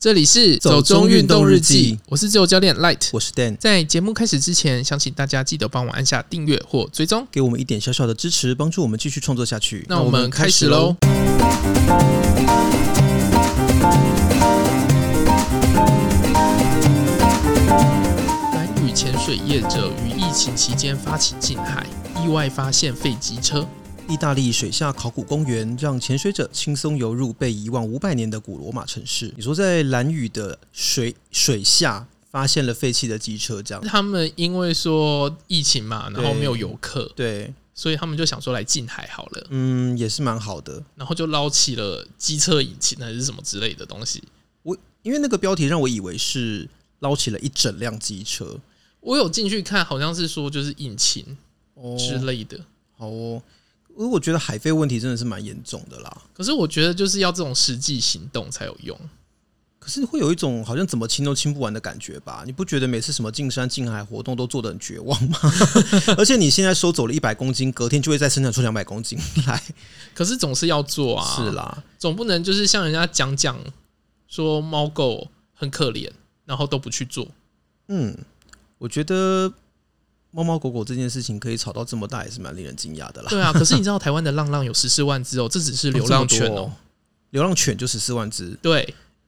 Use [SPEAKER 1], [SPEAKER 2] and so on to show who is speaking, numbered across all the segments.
[SPEAKER 1] 这里是
[SPEAKER 2] 走中运动日记，
[SPEAKER 1] 我是自由教练 Light。
[SPEAKER 2] 我是 Dan，
[SPEAKER 1] 在节目开始之前，相信大家记得帮我按下订阅或追踪。
[SPEAKER 2] 给我们一点小小的支持，帮助我们继续创作下去。
[SPEAKER 1] 那我们开始喽。。蓝屿潜水业者于疫情期间发起近海，意外发现废机车。
[SPEAKER 2] 意大利水下考古公园让潜水者轻松游入被遗忘五百年的古罗马城市。你说在蓝屿的水水下发现了废弃的机 车，这样
[SPEAKER 1] 他们因为说疫情嘛，然后没有游客，
[SPEAKER 2] 对，
[SPEAKER 1] 所以他们就想说来近海好了，
[SPEAKER 2] 嗯，也是蛮好的。
[SPEAKER 1] 然后就捞起了机车引擎还是什么之类的东西。
[SPEAKER 2] 因为那个标题让我以为是捞起了一整辆机车
[SPEAKER 1] 我有进去看，好像是说就是引擎
[SPEAKER 2] 哦
[SPEAKER 1] 之类的。
[SPEAKER 2] 好哦，因为我觉得海废问题真的是蛮严重的啦。
[SPEAKER 1] 可是我觉得就是要这种实际行动才有用。
[SPEAKER 2] 可是会有一种好像怎么清都清不完的感觉吧？你不觉得每次什么进山进海活动都做得很绝望吗？ 而且你现在收走了一百公斤，隔天就会再生产出两百公斤来。
[SPEAKER 1] 可是总是要做啊，
[SPEAKER 2] 是，啦，
[SPEAKER 1] 总不能就是像人家讲讲说猫狗很可怜，然后都不去做。
[SPEAKER 2] 嗯，我觉得猫猫狗狗这件事情可以吵到这么大，也是蛮令人惊讶的啦。
[SPEAKER 1] 对啊，可是你知道台湾的浪浪有十四万只哦，这只是流浪犬
[SPEAKER 2] 这么多
[SPEAKER 1] 哦。，
[SPEAKER 2] 流浪犬就十四万只。
[SPEAKER 1] 对，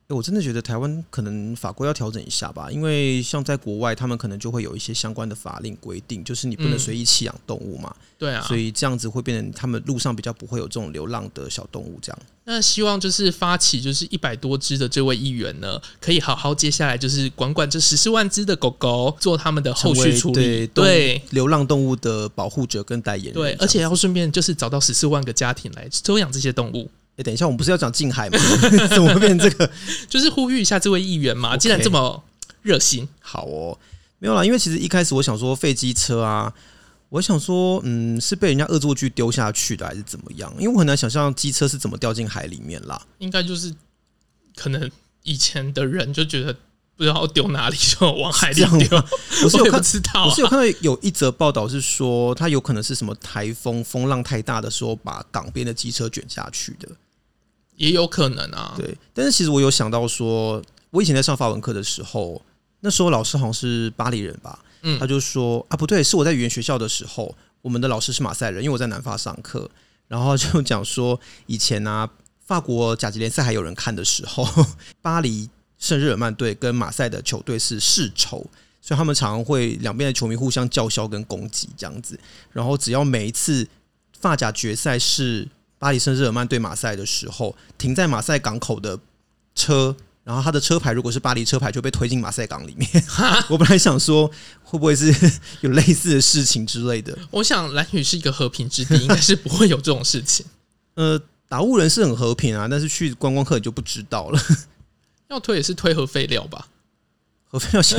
[SPEAKER 2] 诶我真的觉得台湾可能法规要调整一下吧，因为像在国外，他们可能就会有一些相关的法令规定，就是你不能
[SPEAKER 1] 嗯
[SPEAKER 2] 随意弃养动物嘛。
[SPEAKER 1] 对啊
[SPEAKER 2] 所。以这样子会变成他们路上比较不会有这种流浪的小动物这样。
[SPEAKER 1] 那希望就是发起就是一百多只的这位议员呢，可以好好接下来就是管管这十四万只的狗狗，做他们的后续处理。
[SPEAKER 2] 对动物
[SPEAKER 1] 对
[SPEAKER 2] 流浪动物的保护者跟代言人这
[SPEAKER 1] 对
[SPEAKER 2] 样。，
[SPEAKER 1] 而且要顺便就是找到十四万个家庭来收养这些动物。
[SPEAKER 2] 诶等一下，我们不是要讲近海 吗？怎么会变成这个？
[SPEAKER 1] 就是呼吁一下这位议员嘛，
[SPEAKER 2] OK
[SPEAKER 1] 既然这么热心，
[SPEAKER 2] 好哦，没有啦，因为其实一开始我想说废机车啊。我想说，嗯，是被人家恶作剧丢下去的，还是怎么样？因为我很难想象机车是怎么掉进海里面啦。
[SPEAKER 1] 应该就是可能以前的人就觉得不知道丢哪里就往海里
[SPEAKER 2] 这样吗
[SPEAKER 1] 丢，
[SPEAKER 2] 我 是
[SPEAKER 1] 我
[SPEAKER 2] 有
[SPEAKER 1] 也不
[SPEAKER 2] 看，
[SPEAKER 1] 知道、
[SPEAKER 2] 我
[SPEAKER 1] 啊
[SPEAKER 2] 是。有看到有一则报道是说，它有可能是什么台风风浪太大的时候，把港边的机车卷下去的。
[SPEAKER 1] 也有可能啊，
[SPEAKER 2] 对，但是其实我有想到说，我以前在上法文课的时候，那时候老师好像是巴黎人吧，
[SPEAKER 1] 嗯
[SPEAKER 2] 他就说啊，不对，是我在语言学校的时候，我们的老师是马赛人，因为我在南法上课，然后就讲说以前啊，法国甲级联赛还有人看的时候， 巴黎圣日耳曼队跟马赛的球队是世仇。所以他们常常会两边的球迷互相叫嚣跟攻击这样子，然后只要每一次发甲决赛是巴黎圣日耳曼对马赛的时候，停在马赛港口的车，然后他的车牌如果是巴黎车牌，就被推进马赛港里面。 我本来想说，会不会是 有类似的事情之类的？
[SPEAKER 1] 我想蓝屿是一个和平之地，应该是不会有这种事情。
[SPEAKER 2] 呃，打乌人是很和平啊，但是去观光客你就不知道了。
[SPEAKER 1] 要推也是推核废料吧，
[SPEAKER 2] 何非要先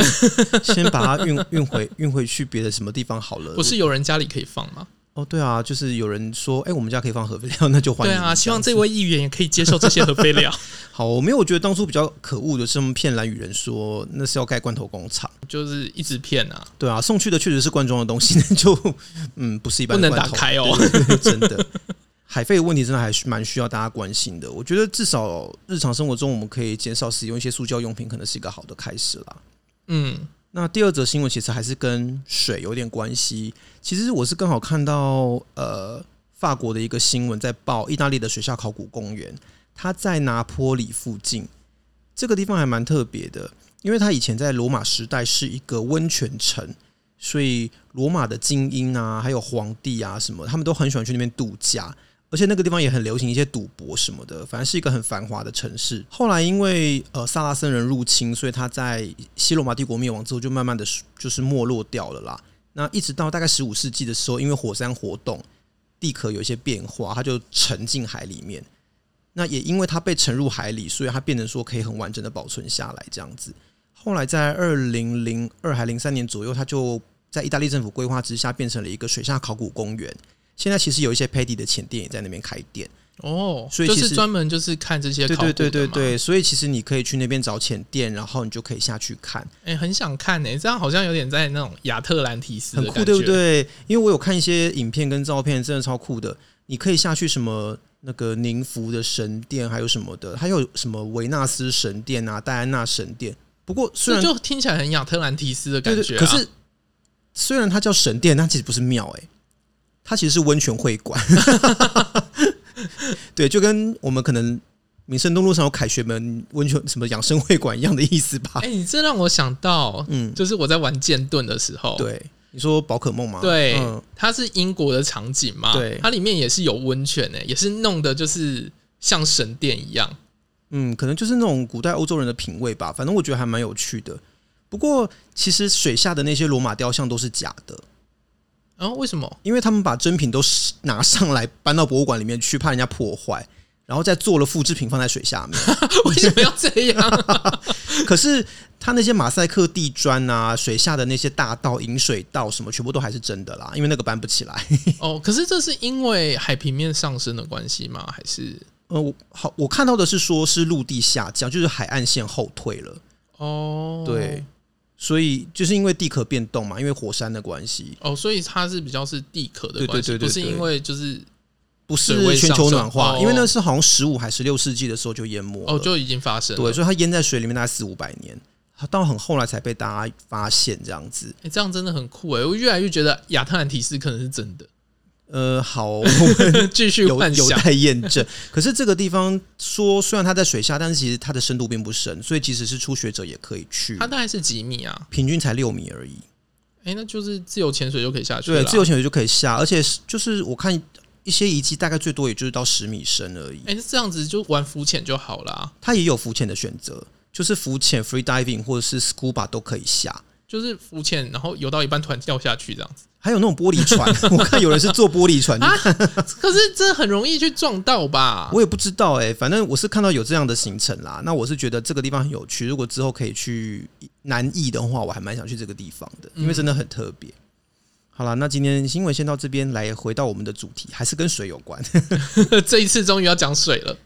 [SPEAKER 2] 先把它运 运回运回去别的什么地方好了？
[SPEAKER 1] 不是有人家里可以放吗？
[SPEAKER 2] 哦，对啊，就是有人说，哎、我们家可以放核废料，那就欢
[SPEAKER 1] 对
[SPEAKER 2] 迎。
[SPEAKER 1] 啊，希望这
[SPEAKER 2] 样子
[SPEAKER 1] 位议员也可以接受这些核废 料。
[SPEAKER 2] 好，没有，我觉得当初比较可恶的是他们骗蓝雨人说那是要盖罐头工厂。
[SPEAKER 1] 就是一直骗啊，
[SPEAKER 2] 对啊，送去的确实是罐装的东西， 那就嗯不是一般的
[SPEAKER 1] 不能打
[SPEAKER 2] 罐头
[SPEAKER 1] 开哦
[SPEAKER 2] 对对对真的。 海废的问题真的还是蛮需要大家关心的。我觉得至少日常生活中我们可以减少使用一些塑胶用品，可能是一个好的开始啦。
[SPEAKER 1] 嗯，
[SPEAKER 2] 那第二则新闻其实还是跟水有点关系。其实我是刚好看到呃法国的一个新闻在报意大利的水下考古公园，它在拿坡里附近，这个地方还蛮特别的，因为它以前在罗马时代是一个温泉城。所以罗马的精英啊，还有皇帝啊什么，他们都很喜欢去那边度假，而且那个地方也很流行一些赌博什么的，反正是一个很繁华的城市。后来因为呃萨拉森人入侵，所以他在西罗马帝国灭亡之后，就慢慢的就是没落掉了啦。那一直到大概十五世纪的时候，因为火山活动，地壳有一些变化，它就沉进海里面。那也因为它被沉入海里，所以它变成说可以很完整的保存下来这样子。后来在二零零二还零三年左右，它就在意大利政府规划之下，变成了一个水下考古公园。现在其实有一些 Paddy 的前店也在那边开店，
[SPEAKER 1] 哦，
[SPEAKER 2] 所以
[SPEAKER 1] 就
[SPEAKER 2] 其
[SPEAKER 1] 是
[SPEAKER 2] 实
[SPEAKER 1] 专门就是看这些考
[SPEAKER 2] 对
[SPEAKER 1] 古的
[SPEAKER 2] 对
[SPEAKER 1] 嘛
[SPEAKER 2] 对对对，所以其实你可以去那边找前店，然后你就可以下去看，
[SPEAKER 1] 哎、很想看呢、这样好像有点在那种亚特兰提斯的
[SPEAKER 2] 很
[SPEAKER 1] 感觉，
[SPEAKER 2] 酷，对不？对？因为我有看一些影片跟照片，真的超酷的。你可以下去什么那个宁福的神殿，还有什么的，还有什么维纳斯神殿啊、戴安娜神殿。不过虽
[SPEAKER 1] 这
[SPEAKER 2] 然
[SPEAKER 1] 就听起来很亚特兰提斯的感觉、啊。
[SPEAKER 2] 可是虽然它叫神殿，它其实不是庙，哎，它其实是温泉会馆。 对，就跟我们可能民生东路上有凯旋门温泉什么养生会馆一样的意思吧
[SPEAKER 1] 哎、？你这让我想到，
[SPEAKER 2] 啊嗯，
[SPEAKER 1] 就是我在玩剑盾的时候，
[SPEAKER 2] 对，你说宝可梦吗？
[SPEAKER 1] 哦对，
[SPEAKER 2] 嗯，
[SPEAKER 1] 它是英国的场景嘛，
[SPEAKER 2] 对
[SPEAKER 1] 它里面也是有温泉诶、也是弄的就是像神殿一样。
[SPEAKER 2] 嗯，可能就是那种古代欧洲人的品味吧。反正我觉得还蛮有趣的。不过，其实水下的那些罗马雕像都是假的，
[SPEAKER 1] 然、哦后为什 么？
[SPEAKER 2] 因为他们把真品都是拿上来搬到博物馆里面去，怕人家破坏，然后再做了复制品放在水下面。
[SPEAKER 1] 为什么要这样？
[SPEAKER 2] 可是他那些马赛克地砖啊，水下的那些大道、引水道什么，全部都还是真的啦，因为那个搬不起来。
[SPEAKER 1] 哦，可是这是因为海平面上升的关系吗？还是
[SPEAKER 2] 呃，我好，我看到的是说是陆地下降，就是海岸线后退了。
[SPEAKER 1] 哦，
[SPEAKER 2] 对，所以就是因为地壳变动嘛，因为火山的关系，
[SPEAKER 1] 哦，所以它是比较是地壳的
[SPEAKER 2] 对对
[SPEAKER 1] 关系，
[SPEAKER 2] 对对
[SPEAKER 1] 不是
[SPEAKER 2] 对
[SPEAKER 1] 因为就是
[SPEAKER 2] 不
[SPEAKER 1] 水位
[SPEAKER 2] 是
[SPEAKER 1] 上升
[SPEAKER 2] 全球暖化，
[SPEAKER 1] 哦
[SPEAKER 2] 因为那是好像十五还十六世纪的时候就淹没了。
[SPEAKER 1] 哦就已经发生了。
[SPEAKER 2] 对，所以它淹在水里面大概四五百年，到很后来才被大家发现这样子。
[SPEAKER 1] 哎、这样真的很酷诶、我越来越觉得亚特兰提斯可能是真 的。
[SPEAKER 2] 呃，好，我们
[SPEAKER 1] 继续
[SPEAKER 2] 有
[SPEAKER 1] 幻
[SPEAKER 2] 有
[SPEAKER 1] 想，
[SPEAKER 2] 待验证。 可是这个地方说，虽然它在水下，但是其实它的深度并不深，所以即使是初学者也可以去
[SPEAKER 1] 它，大概是几米啊？
[SPEAKER 2] 平均才六米而已。
[SPEAKER 1] 哎、那就是自由潜水就可以下去了。
[SPEAKER 2] 对，自由潜水就可以下，而且是就是我看一些遗迹，大概最多也就是到十米深而已。
[SPEAKER 1] 哎、那这样子就玩浮潜就好啦。
[SPEAKER 2] 它也有浮潜的选择，就是浮潜 （free diving） 或者是 scuba 都可以下。
[SPEAKER 1] 就是浮潜，然后游到一半突然掉下去这 样子。
[SPEAKER 2] 还有那种玻璃船， 我看有人是坐玻 璃船，
[SPEAKER 1] 可是这很容易去撞到吧？
[SPEAKER 2] 我也不知道哎、反正我是看到有这样的行程啦。那我是觉得这个地方很有趣，如果之后可以去南艺的话，我还蛮想去这个地方的，因为真的很特别。好啦，那今天新闻先到这边，来回到我们的主题，还是跟水有关，
[SPEAKER 1] 这一次终于要讲水了。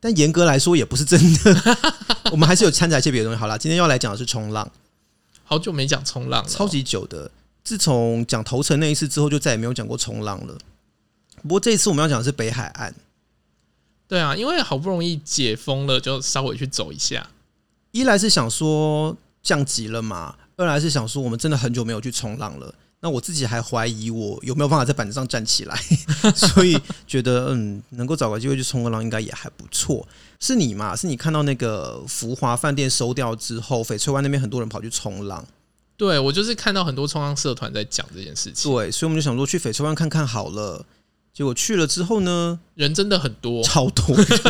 [SPEAKER 2] 但严格来说也不是真的， 我们还是有掺杂一些别的东西。好啦，今天要来讲的是冲浪，
[SPEAKER 1] 好久没讲冲浪了，
[SPEAKER 2] 超级久的。自从讲头城那一次之后，就再也没有讲过冲浪了。不过这一次我们要讲的是北海岸，
[SPEAKER 1] 对啊，因为好不容易解封了，就稍微去走一下。
[SPEAKER 2] 一来是想说降级了嘛，二来是想说我们真的很久没有去冲浪了。那我自己还怀疑我有没有办法在板子上站起来， 所以觉得嗯，能够找个机会去冲个浪应该也还不错。是你嘛？是你看到那个福华饭店收掉之后，翡翠湾那边很多人跑去冲浪，
[SPEAKER 1] 对我就是看到很多冲浪社团在讲这件事情，
[SPEAKER 2] 对，所以我们就想说去翡翠湾看看好了。结果去了之后呢，
[SPEAKER 1] 人真的很多。
[SPEAKER 2] 超多人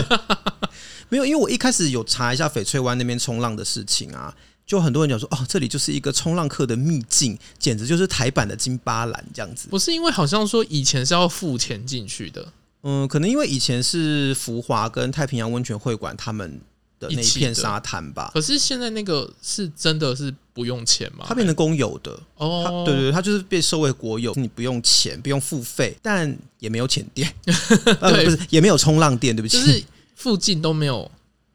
[SPEAKER 2] 没有，因为我一开始有查一下翡翠湾那边冲浪的事情啊，就很多人讲说，哦，这里就是一个冲浪客的秘境，简直就是台版的金巴兰这样子。
[SPEAKER 1] 不是因为好像说以前是要付钱进去的，
[SPEAKER 2] 嗯，可能因为以前是福华跟太平洋温泉会馆他们的那
[SPEAKER 1] 一
[SPEAKER 2] 一
[SPEAKER 1] 起
[SPEAKER 2] 片
[SPEAKER 1] 的
[SPEAKER 2] 沙滩吧，
[SPEAKER 1] 可是现在那个是真的是不用钱吗？
[SPEAKER 2] 它变成公有的。它
[SPEAKER 1] 啊哦，
[SPEAKER 2] 对对，对它就是被收为国有，你不用钱，不用付费，但也没有浅 店，呃，
[SPEAKER 1] 对
[SPEAKER 2] 不是也没有冲浪店，对不起，
[SPEAKER 1] 就是附近都没有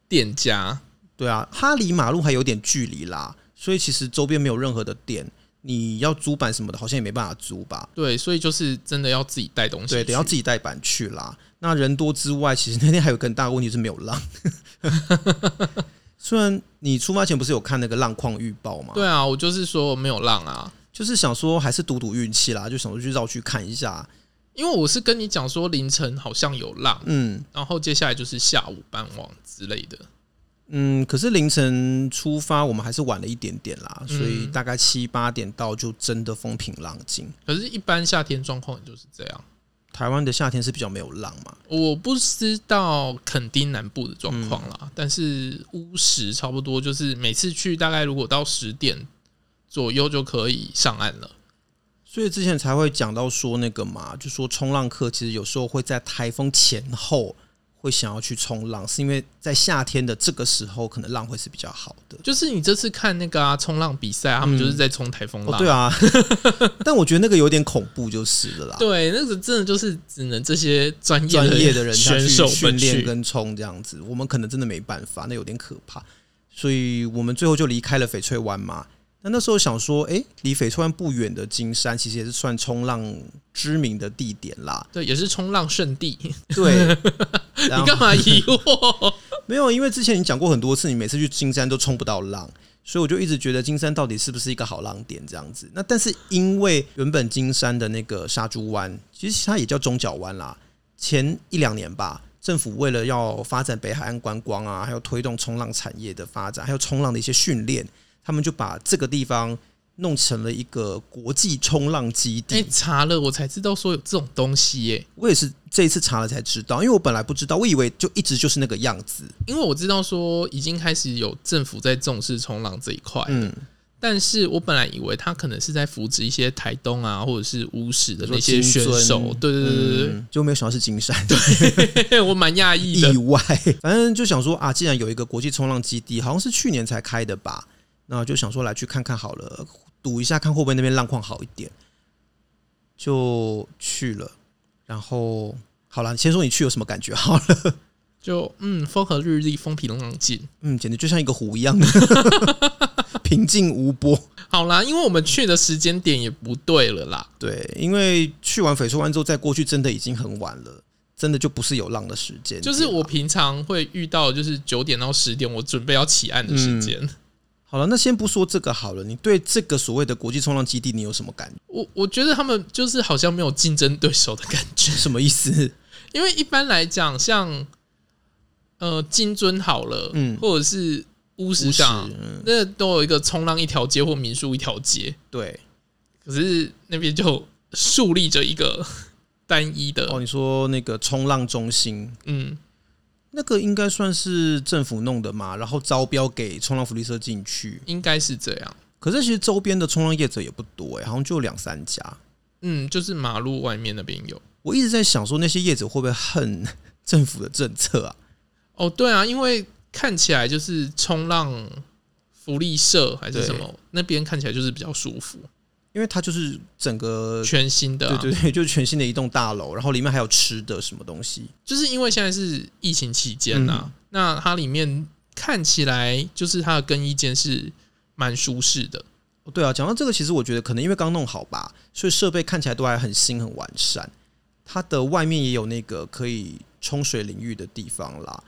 [SPEAKER 1] 店家，
[SPEAKER 2] 对啊，它离马路还有点距离啦，所以其实周边没有任何的店，你要租板什么的，好像也没办法租吧。
[SPEAKER 1] 对，所以就是真的要自己带东西去，
[SPEAKER 2] 对，得要自己带板去啦。那人多之外，其实那天还有更大的问题是没有浪。 虽然你出发前不是有看那个浪况预报吗？
[SPEAKER 1] 对啊，我就是说没有浪啊，
[SPEAKER 2] 就是想说还是赌赌运气啦，就想说去绕去看一下。
[SPEAKER 1] 因为我是跟你讲说凌晨好像有浪，
[SPEAKER 2] 嗯
[SPEAKER 1] 然后接下来就是下午傍晚之类的。
[SPEAKER 2] 嗯，可是凌晨出发，我们还是晚了一点点啦，所以
[SPEAKER 1] 嗯
[SPEAKER 2] 大概七八点到就真的风平浪静。
[SPEAKER 1] 可是，一般夏天状况也就是这样。
[SPEAKER 2] 台湾的夏天是比较没有浪嘛，
[SPEAKER 1] 我不知道垦丁南部的状况啦，
[SPEAKER 2] 嗯
[SPEAKER 1] 但是乌石差不多就是每次去大概如果到十点左右就可以上岸了。
[SPEAKER 2] 所以之前才会讲到说那个嘛，就说冲浪客其实有时候会在台风前后会想要去冲浪，是因为在夏天的这个时候，可能浪会是比较好的。
[SPEAKER 1] 就是你这次看那个啊冲浪比赛啊，他们就是在冲台风
[SPEAKER 2] 哦，
[SPEAKER 1] 浪，
[SPEAKER 2] 对啊， 但我觉得那个有点恐怖就是了啦。
[SPEAKER 1] 对，啊那个真的就是只能这些专业
[SPEAKER 2] 啊专业的人下
[SPEAKER 1] 选
[SPEAKER 2] 去
[SPEAKER 1] 手
[SPEAKER 2] 训
[SPEAKER 1] 们
[SPEAKER 2] 练
[SPEAKER 1] 去。
[SPEAKER 2] 跟冲这样子，我们可能真的没办法，那有点可怕。所以我们最后就离开了翡翠湾嘛。那那时候想说，诶，离翡翠湾不远的金山，其实也是算冲浪知名的地点啦。
[SPEAKER 1] 对，也是冲浪圣 地。
[SPEAKER 2] 对，然
[SPEAKER 1] 你
[SPEAKER 2] 后
[SPEAKER 1] 干嘛疑惑？
[SPEAKER 2] 没有，因为之前你讲过很多次，你每次去金山都冲不到浪，所以我就一直觉得金山到底是不是一个好浪点这样子。那但是因为原本金山的那个沙猪湾，其实它也叫中角湾啦，前一两年吧。政府为了要发展北海岸观光啊，还有推动冲浪产业的发展，还有冲浪的一些训练，他们就把这个地方弄成了一个国际冲浪基地。
[SPEAKER 1] 哎、查了我才知道说有这种东西耶、
[SPEAKER 2] 我也是这一次查了才知道，因为我本来不知道，我以为就一直就是那个样子。
[SPEAKER 1] 因为我知道说已经开始有政府在重视冲浪这一块，
[SPEAKER 2] 嗯，
[SPEAKER 1] 但是我本来以为他可能是在扶植一些台东啊或者是乌石的
[SPEAKER 2] 说
[SPEAKER 1] 那些选
[SPEAKER 2] 金
[SPEAKER 1] 手
[SPEAKER 2] 尊，
[SPEAKER 1] 对对对对
[SPEAKER 2] 嗯，就没有想到是金山，
[SPEAKER 1] 对，嘿嘿我蛮讶异的
[SPEAKER 2] 意。外。反正就想说啊，既然有一个国际冲浪基地，好像是去年才开的吧，那就想说来去看看好了，赌一下看会不会那边浪况好一点，就去了。然后好了，先说你去有什么感觉好了。
[SPEAKER 1] 就嗯，风和日丽，风平浪静。
[SPEAKER 2] 嗯，简直就像一个湖一样的 平静无波。
[SPEAKER 1] 好啦，因为我们去的时间点也不对了啦。
[SPEAKER 2] 对，因为去完翡翠湾之后再过去，真的已经很晚了，真的就不是有浪的时间点了。啊
[SPEAKER 1] 就是我平常会遇到，就是九点到十点，我准备要起岸的时
[SPEAKER 2] 嗯
[SPEAKER 1] 间。
[SPEAKER 2] 好了，那先不说这个好了，你对这个所谓的国际冲浪基地，你有什么感觉？
[SPEAKER 1] 我我觉得他们就是好像没有竞争对手的感觉，
[SPEAKER 2] 什么意思？
[SPEAKER 1] 因为一般来讲，像呃金尊好了，
[SPEAKER 2] 嗯
[SPEAKER 1] 或者是乌石港，
[SPEAKER 2] 50嗯，
[SPEAKER 1] 那都有一个冲浪一条街或民宿一条街，
[SPEAKER 2] 对。
[SPEAKER 1] 可是那边就树立着一个单一的，
[SPEAKER 2] 哦，你说那个冲浪中心，
[SPEAKER 1] 嗯，
[SPEAKER 2] 那个应该算是政府弄的嘛，然后招标给冲浪福利社进去。
[SPEAKER 1] 应该是这样，
[SPEAKER 2] 可是其实周边的冲浪业者也不多哎、好像就两三家。
[SPEAKER 1] 嗯，就是马路外面那边有。
[SPEAKER 2] 我一直在想说，那些业者会不会恨 政府的政策啊？
[SPEAKER 1] 哦，对啊，因为看起来就是冲浪福利社还是
[SPEAKER 2] 对
[SPEAKER 1] 什么，那边看起来就是比较舒服，
[SPEAKER 2] 因为它就是整个，
[SPEAKER 1] 全新的、啊。
[SPEAKER 2] 对对对，就是全新的一栋大楼，然后里面还有吃的什么东西。
[SPEAKER 1] 就是因为现在是疫情期间呐、
[SPEAKER 2] 嗯
[SPEAKER 1] 那它里面看起来就是它的更衣间是蛮舒适的。
[SPEAKER 2] 哦对啊，讲到这个，其实我觉得可能因为刚弄好吧，所以设备看起来都还很新、很完善。它的外面也有那个可以冲水淋浴的地方啦。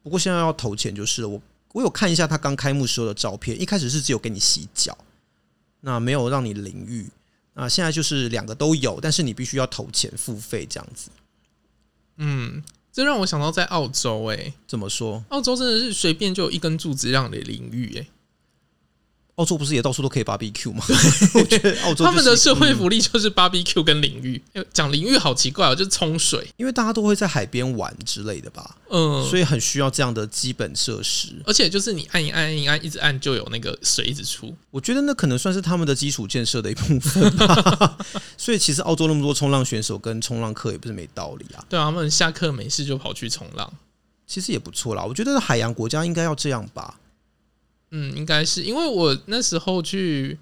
[SPEAKER 2] 不过现在要投钱就是了我我有看一下它刚开幕时候的照片，一开始是只有给你洗脚，那没有让你淋浴。那现在就是两个都有，但是你必须要投钱付费这样子。
[SPEAKER 1] 嗯，这让我想到在澳洲、欸，
[SPEAKER 2] 怎么说？
[SPEAKER 1] 澳洲真的是随便就有一根柱子让你淋浴、欸，
[SPEAKER 2] 澳洲不是也到处都可以 BBQ 吗？ 我觉得澳洲、就是、嗯
[SPEAKER 1] 他们的社会福利就是 barbecue 跟淋浴。哎讲淋浴好奇怪哦，就是冲水，
[SPEAKER 2] 因为大家都会在海边玩之类的吧，
[SPEAKER 1] 嗯，
[SPEAKER 2] 所以很需要这样的基本设施。
[SPEAKER 1] 而且就是你按一按按一按，一直按就有那个水一直出。
[SPEAKER 2] 我觉得那可能算是他们的基础建设的一部分吧。 所以其实澳洲那么多冲浪选手跟冲浪客也不是没道理啊，
[SPEAKER 1] 对啊，他们下课没事就跑去冲浪。
[SPEAKER 2] 其实也不错啦。我觉得海洋国家应该要这样吧。
[SPEAKER 1] 嗯，应该是因为我那时候去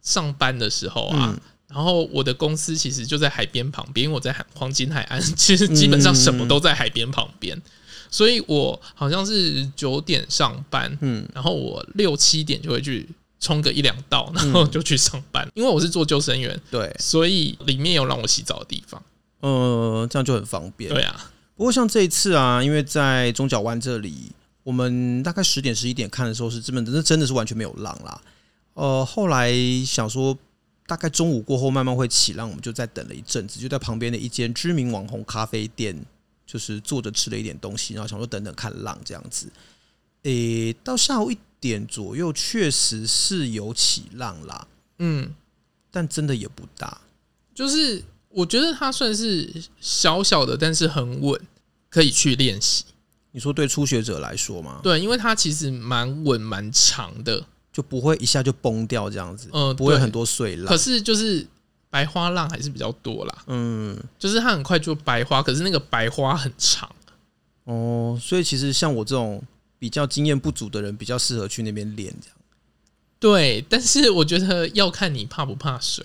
[SPEAKER 1] 上班的时候啊，
[SPEAKER 2] 嗯
[SPEAKER 1] 然后我的公司其实就在海边旁边，因为我在海黄金海岸，其实基本上什么都在海边旁边，所以我好像是九点上班，
[SPEAKER 2] 嗯，
[SPEAKER 1] 然后我六七点就会去冲个一两道，然后就去上班，因为我是做救生员，
[SPEAKER 2] 对，
[SPEAKER 1] 所以里面有让我洗澡的地方。
[SPEAKER 2] 呃，这样就很方便。
[SPEAKER 1] 对啊，
[SPEAKER 2] 不过像这一次啊，因为在中角湾这里，我们大概十点十一点看的时候是这本真的真的是完全没有浪啦。呃，后来想说大概中午过后慢慢会起浪，我们就再等了一阵子，就在旁边的一间知名网红咖啡店，就是坐着吃了一点东西，然后想说等等看浪这样子。诶、到下午一点左右确实是有起浪啦，
[SPEAKER 1] 嗯，
[SPEAKER 2] 但真的也不大。
[SPEAKER 1] 就是我觉得它算是小小的，但是很稳，可以去练习。
[SPEAKER 2] 你说对初学者来说嘛，
[SPEAKER 1] 对，因为它其实蛮稳蛮长的，
[SPEAKER 2] 就不会一下就崩掉这样子，
[SPEAKER 1] 嗯、
[SPEAKER 2] 不会有
[SPEAKER 1] 对
[SPEAKER 2] 很多碎浪
[SPEAKER 1] 可。是就是白花浪还是比较多啦，
[SPEAKER 2] 嗯，
[SPEAKER 1] 就是它很快就白花，可是那个白花很长。
[SPEAKER 2] 哦，所以其实像我这种比较经验不足的人，比较适合去那边练这样。
[SPEAKER 1] 对，但是我觉得要看你怕不怕水，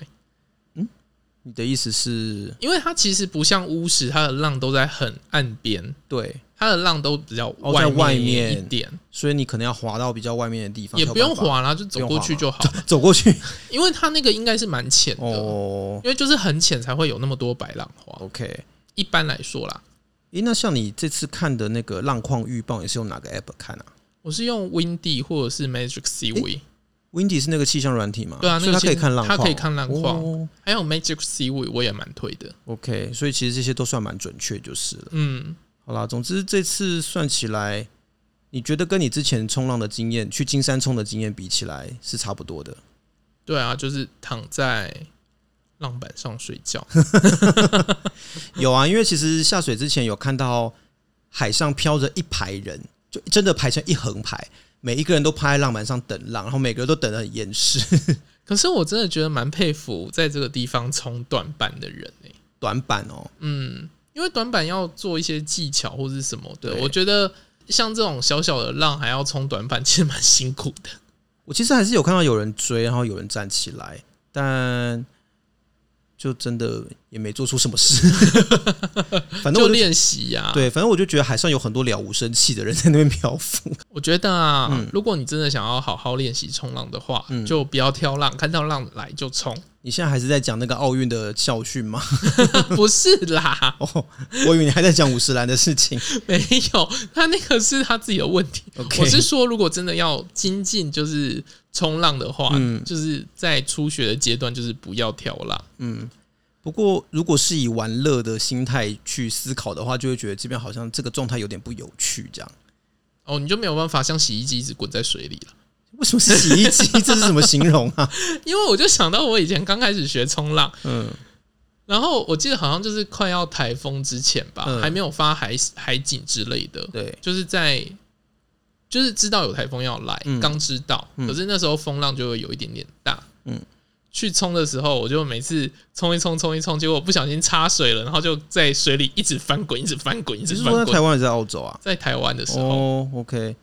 [SPEAKER 2] 你的意思是，
[SPEAKER 1] 因为它其实不像乌石，它的浪都在很岸边，
[SPEAKER 2] 对，
[SPEAKER 1] 它的浪都比较
[SPEAKER 2] 哦在外
[SPEAKER 1] 面
[SPEAKER 2] 面
[SPEAKER 1] 一点，
[SPEAKER 2] 所以你可能要滑到比较外面的地方，
[SPEAKER 1] 也
[SPEAKER 2] 才有
[SPEAKER 1] 不用
[SPEAKER 2] 办法，
[SPEAKER 1] 滑啦，就走过去就好，
[SPEAKER 2] 走过 去。
[SPEAKER 1] 因为它那个应该是蛮浅的，
[SPEAKER 2] 哦
[SPEAKER 1] 因为就是很浅才会有那么多白浪花。
[SPEAKER 2] ，OK，
[SPEAKER 1] 一般来说啦，
[SPEAKER 2] 诶，那像你这次看的那个浪况预报，你是用哪个 app 看啊
[SPEAKER 1] 我是用 Windy 或者是 Magic Seaweed，、
[SPEAKER 2] ？Windy 是那个气象软体嘛？
[SPEAKER 1] 对啊
[SPEAKER 2] 所以
[SPEAKER 1] 那个
[SPEAKER 2] 它
[SPEAKER 1] 气
[SPEAKER 2] 可以看浪
[SPEAKER 1] 它
[SPEAKER 2] 况，
[SPEAKER 1] 可以看浪况
[SPEAKER 2] 哦
[SPEAKER 1] 还有 Magic Seaweed 我也蛮推的。
[SPEAKER 2] OK，所以其实这些都算蛮准确就是了。
[SPEAKER 1] 嗯，
[SPEAKER 2] 好啦，总之这次算起来，你觉得跟你之前冲浪的经验，去金山冲的经验比起来是差不多的。
[SPEAKER 1] 对啊，就是躺在浪板上睡觉。
[SPEAKER 2] 有啊，因为其实下水之前有看到海上飘着一排人，就真的排成一横排，每一个人都趴在浪板上等浪，然后每个人都等得很严实。
[SPEAKER 1] 可是我真的觉得蛮佩服在这个地方冲短板的人诶、
[SPEAKER 2] 短板哦，
[SPEAKER 1] 嗯，因为短板要做一些技巧或是什么的，
[SPEAKER 2] 对
[SPEAKER 1] 我觉得像这种小小的浪还要冲短板，其 实蛮辛苦的。
[SPEAKER 2] 我其实还是有看到有人追，然后有人站起来，但就真的也没做出什么事。反正
[SPEAKER 1] 就
[SPEAKER 2] 我就
[SPEAKER 1] 练习啊呀，
[SPEAKER 2] 对，反正我就觉得海上有很多了无生气的人在那边漂浮。
[SPEAKER 1] 我觉得啊，如果你真的想要好好练习冲浪的话，
[SPEAKER 2] 嗯
[SPEAKER 1] 就不要挑浪，看到浪来就冲，
[SPEAKER 2] 你现在还是在讲那个奥运的校训吗？
[SPEAKER 1] 不是啦，
[SPEAKER 2] 哦，我以为你还在讲五十岚的事情。
[SPEAKER 1] 没有，他那个是他自己的问题。
[SPEAKER 2] OK，
[SPEAKER 1] 我是说，如果真的要精进，就是冲浪的话，
[SPEAKER 2] 嗯
[SPEAKER 1] 就是在初学的阶段，就是不要挑浪。
[SPEAKER 2] 不过，如果是以玩乐的心态去思考的话，就会觉得这边好像这个状态有点不有趣。这样，
[SPEAKER 1] 哦，你就没有办法像洗衣机一直滚在水里了。
[SPEAKER 2] 为什么是洗衣机？这是什么形容啊？
[SPEAKER 1] 因为我就想到我以前刚开始学冲浪，
[SPEAKER 2] 嗯，
[SPEAKER 1] 然后我记得好像就是快要台风之前吧，
[SPEAKER 2] 嗯
[SPEAKER 1] 还没有发海海警之类的，
[SPEAKER 2] 对，
[SPEAKER 1] 就是在就是知道有台风要来，
[SPEAKER 2] 嗯
[SPEAKER 1] 刚、知道，
[SPEAKER 2] 嗯
[SPEAKER 1] 可是那时候风浪就会有一点点大，
[SPEAKER 2] 嗯。
[SPEAKER 1] 去冲的时候，我就每次冲一冲，冲一冲，结果不小心插水了，然后就在水里一直翻滚，一直翻滚，一
[SPEAKER 2] 你
[SPEAKER 1] 直
[SPEAKER 2] 是
[SPEAKER 1] 翻
[SPEAKER 2] 说在台
[SPEAKER 1] 滚。
[SPEAKER 2] 湾还是在澳洲啊？
[SPEAKER 1] 在台湾的时候，
[SPEAKER 2] 哦，OK。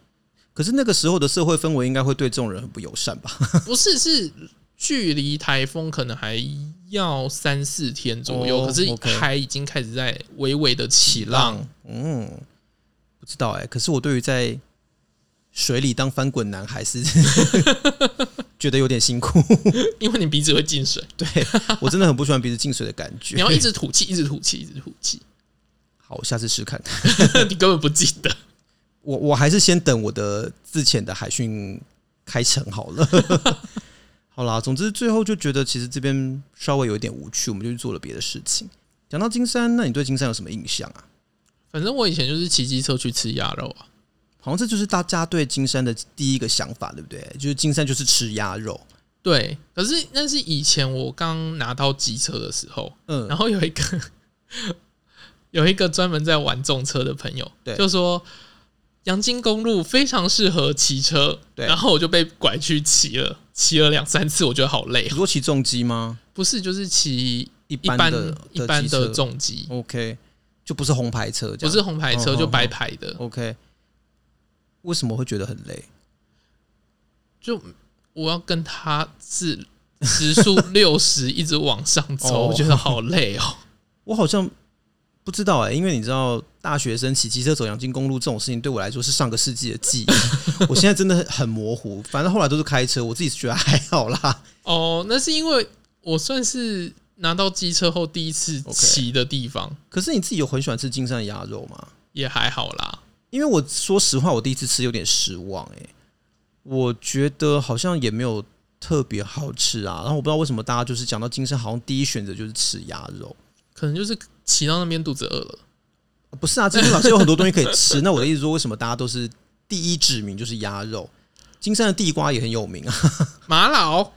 [SPEAKER 2] 可是那个时候的社会氛围应该会对这种人很不友善吧？
[SPEAKER 1] 不是，是距离台风可能还要三四天左右，
[SPEAKER 2] 哦
[SPEAKER 1] 可是
[SPEAKER 2] OK
[SPEAKER 1] 海已经开始在微微的起浪。，
[SPEAKER 2] 嗯，不知道哎、可是我对于在水里当翻滚男还是 觉得有点辛苦。
[SPEAKER 1] 因为你鼻子会进 水，
[SPEAKER 2] 对我真的很不喜欢鼻子进水的感觉。
[SPEAKER 1] 你要一直吐气，一直吐气，一直吐气，
[SPEAKER 2] 好，我下次试看。
[SPEAKER 1] 你根本不记得。
[SPEAKER 2] 我我还是先等我的自潜的海训开成好了。 好啦，总之最后就觉得其实这边稍微有一点无趣，我们就去做了别的事情。讲到金山，那你对金山有什么印象啊？
[SPEAKER 1] 反正我以前就是骑机车去吃鸭肉啊，
[SPEAKER 2] 好像这就是大家对金山的第一个想法，对不对？就是金山就是吃鸭肉。
[SPEAKER 1] 对。可是那是以前我刚拿到机车的时候，
[SPEAKER 2] 嗯，
[SPEAKER 1] 然后有一个 有一个专门在玩重车的朋友，
[SPEAKER 2] 对
[SPEAKER 1] 就说阳金公路非常适合骑车，
[SPEAKER 2] 对
[SPEAKER 1] 然后我就被拐去骑了，骑了两三次，我觉得好累
[SPEAKER 2] 你。说起重机吗？
[SPEAKER 1] 不是，就是骑
[SPEAKER 2] 一
[SPEAKER 1] 一
[SPEAKER 2] 般
[SPEAKER 1] 般
[SPEAKER 2] 的
[SPEAKER 1] 一般
[SPEAKER 2] 机
[SPEAKER 1] 的
[SPEAKER 2] 车嗯
[SPEAKER 1] 重机，
[SPEAKER 2] ，OK，就不是红牌车
[SPEAKER 1] 不
[SPEAKER 2] 这样，
[SPEAKER 1] 是红牌车
[SPEAKER 2] 哦
[SPEAKER 1] 就
[SPEAKER 2] 哦
[SPEAKER 1] 白
[SPEAKER 2] 哦
[SPEAKER 1] 牌的，
[SPEAKER 2] OK。为什么会觉得很累？
[SPEAKER 1] 就我要跟他是时速六十一直往上走，
[SPEAKER 2] 哦
[SPEAKER 1] 我觉得好累哦。
[SPEAKER 2] 我好像不知道哎、因为你知道，大学生骑机车走阳金公路这种事情，对我来说是上个世纪的记忆。我现在真的很很模糊，反正后来都是开车，我自己是觉得还好啦。
[SPEAKER 1] 哦，那是因为我算是拿到机车后第一次
[SPEAKER 2] OK
[SPEAKER 1] 骑的地方
[SPEAKER 2] 可是你自己有很喜欢吃金山的鸭肉吗？
[SPEAKER 1] 也还好啦。
[SPEAKER 2] 因为我说实话，我第一次吃有点失望哎、我觉得好像也没有特别好吃啊。然后我不知道为什么大家就是讲到金山，好像第一选择就是吃鸭肉。
[SPEAKER 1] 可能就是骑到那边肚子饿了，
[SPEAKER 2] 不是啊，金山老师有很多东西可以吃。那我的意思说，为什么大家都是第一指名就是鸭肉？金山的地瓜也很有名啊。
[SPEAKER 1] 玛瑙，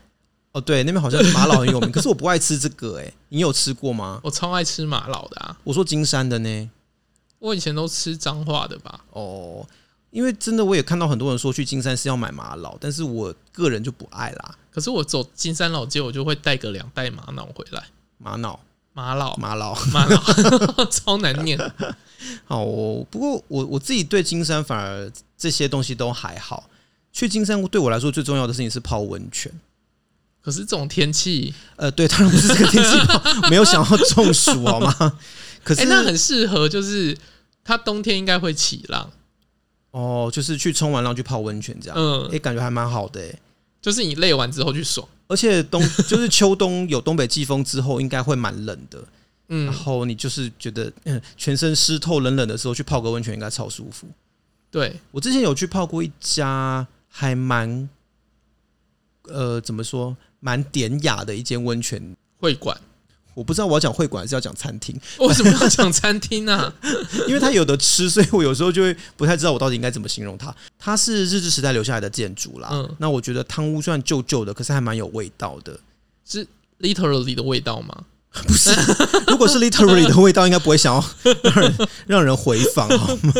[SPEAKER 2] 哦，对，那边好像是玛瑙很有 名，可是我不爱吃这个、欸，你有吃过吗？
[SPEAKER 1] 我超爱吃玛瑙的啊！
[SPEAKER 2] 我说金山的呢，
[SPEAKER 1] 我以前都吃彰化的吧，
[SPEAKER 2] 哦，因为真的我也看到很多人说去金山是要买玛瑙，但是我个人就不爱啦，
[SPEAKER 1] 可是我走金山老街，我就会带个两袋玛瑙回来。
[SPEAKER 2] 玛瑙，
[SPEAKER 1] 玛 瑙，
[SPEAKER 2] 玛瑙。
[SPEAKER 1] 玛瑙， 超难念。
[SPEAKER 2] 好哦，不过我我自己对金山反而这些东西都还好。去金山对我来说最重要的事情是泡温泉。
[SPEAKER 1] 可是这种天气，
[SPEAKER 2] 呃，对，当然不是这个天气泡，没有想要中暑好吗？可
[SPEAKER 1] 哎、
[SPEAKER 2] 是、
[SPEAKER 1] 那很适合，就是它冬天应该会起浪，
[SPEAKER 2] 哦，就是去冲完浪去泡温泉这样，哎、
[SPEAKER 1] 嗯，
[SPEAKER 2] 感觉还蛮好的、欸。
[SPEAKER 1] 就是你累完之后去爽，
[SPEAKER 2] 而且冬 就是秋冬有东北季风之后，应该会蛮冷的。然
[SPEAKER 1] 嗯，
[SPEAKER 2] 后你就是觉得嗯全身湿透冷冷的时候去泡个温泉应该超舒服。
[SPEAKER 1] 对，
[SPEAKER 2] 我之前有去泡过一家还蛮呃怎么说蛮典雅的一间温泉，
[SPEAKER 1] 会馆。
[SPEAKER 2] 我不知道我要讲会馆还是要讲餐厅，
[SPEAKER 1] 为什么要讲餐厅啊？
[SPEAKER 2] 因为它有的吃，所以我有时候就会不太知道我到底应该怎么形容它。它是日治时代留下来的建筑啦，
[SPEAKER 1] 嗯
[SPEAKER 2] 那我觉得汤屋虽然旧旧的，可是还蛮有味道的。
[SPEAKER 1] 是 literally 的味道吗？
[SPEAKER 2] 不是， 如果是 literally 的味道，应该不会想要 让人让人回访好吗？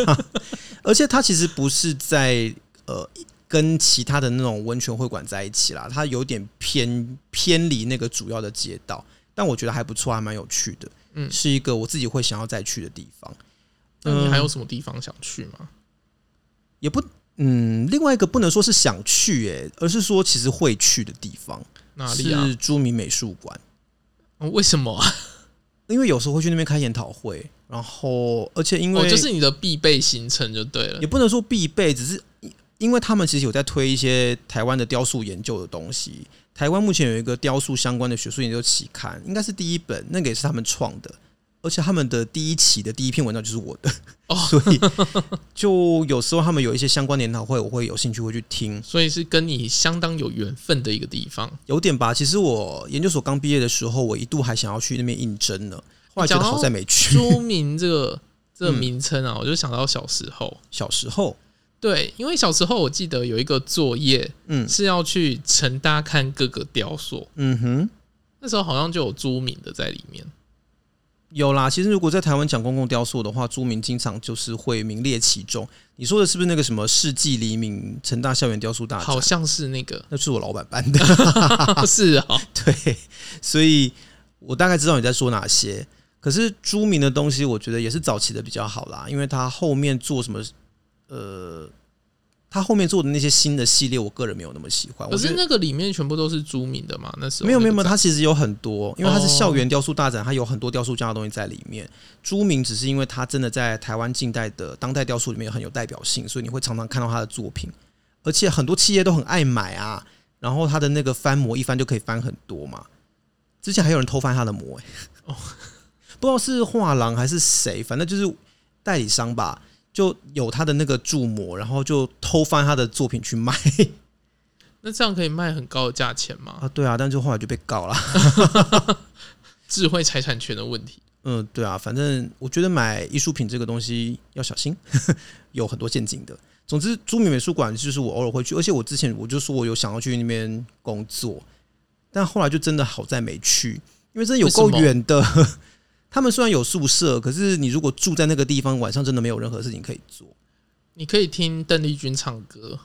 [SPEAKER 2] 而且它其实不是在呃跟其他的那种温泉会馆在一起啦，它有点偏偏离那个主要的街道，但我觉得还不错，还蛮有趣的，
[SPEAKER 1] 嗯
[SPEAKER 2] 是一个我自己会想要再去的地方。
[SPEAKER 1] 那你
[SPEAKER 2] 嗯
[SPEAKER 1] 还有什么地方想去吗？
[SPEAKER 2] 也不，嗯，另外一个不能说是想去、欸，而是说其实会去的地方
[SPEAKER 1] 哪里啊？
[SPEAKER 2] 是朱明美术馆。
[SPEAKER 1] 哦为什么啊？
[SPEAKER 2] 因为有时候会去那边开研讨会，然后而且因 为、
[SPEAKER 1] 哦，就是你的必备行程就对了
[SPEAKER 2] 也。不能说必备，只是因为他们其实有在推一些台湾的雕塑研究的东西。台湾目前有一个雕塑相关的学术研究期刊，应该是第一本，那个也是他们创的，而且他们的第一期的第一篇文章就是 我的，
[SPEAKER 1] 哦
[SPEAKER 2] 所以就有时候他们有一些相关的研讨会，我会有兴趣会去听，
[SPEAKER 1] 所以是跟你相当有缘分的一个地 方。
[SPEAKER 2] 有点吧。其实我研究所刚毕业的时候，我一度还想要去那边应征呢，后来觉得
[SPEAKER 1] 讲到
[SPEAKER 2] 好在没去。
[SPEAKER 1] 朱明这个这个名称
[SPEAKER 2] 嗯
[SPEAKER 1] 啊，我就想到小时候。
[SPEAKER 2] 小时候，
[SPEAKER 1] 对，因为小时候我记得有一个作业
[SPEAKER 2] 嗯
[SPEAKER 1] 是要去城大看各个雕塑，
[SPEAKER 2] 嗯哼。
[SPEAKER 1] 那时候好像就有朱明的在里面。
[SPEAKER 2] 有啦，其实如果在台湾讲公共雕塑的话，朱明经常就是会名列其中。你说的是不是那个什么世纪黎明成大校园雕塑大展
[SPEAKER 1] 好？像是那 个，
[SPEAKER 2] 那是我老板办的，
[SPEAKER 1] 是啊、
[SPEAKER 2] 对，所以我大概知道你在说哪些。可是朱明的东西，我觉得也是早期的比较好啦，因为他后面做什么，呃，他后面做的那些新的系列，我个人没有那么喜欢。
[SPEAKER 1] 可
[SPEAKER 2] 我觉
[SPEAKER 1] 是
[SPEAKER 2] 得
[SPEAKER 1] 那个里面全部都是朱明的嘛？那时候
[SPEAKER 2] 没有没有没有，
[SPEAKER 1] 那个展
[SPEAKER 2] 它其实有很多，因为它是
[SPEAKER 1] 哦
[SPEAKER 2] 校园雕塑大展，它有很多雕塑家的东西在里面。朱明只是因为他真的在台湾近代的当代雕塑里面很有代表性，所以你会常常看到他的作品，而且很多企业都很爱买啊。然后他的那个翻模一翻就可以翻很多嘛，之前还有人偷翻他的模、欸， 不知道是画廊还是谁，反正就是代理商吧，就有他的那个注模，然后就偷翻他的作品去卖
[SPEAKER 1] 那这样可以卖很高的价钱吗？
[SPEAKER 2] 啊，对啊，但就后来就被告了。
[SPEAKER 1] 智慧财产权的问题。
[SPEAKER 2] 嗯，对啊，反正我觉得买艺术品这个东西要小心， 有很多陷阱的。总之，朱明美术馆就是我偶尔会去，而且我之前我就说我有想要去那边工作，但后来就真的好在没去，因为真的有够
[SPEAKER 1] 为什么
[SPEAKER 2] 远的。 他们虽然有宿舍，可是你如果住在那个地方，晚上真的没有任何事情可以做。
[SPEAKER 1] 你可以听邓丽君唱歌，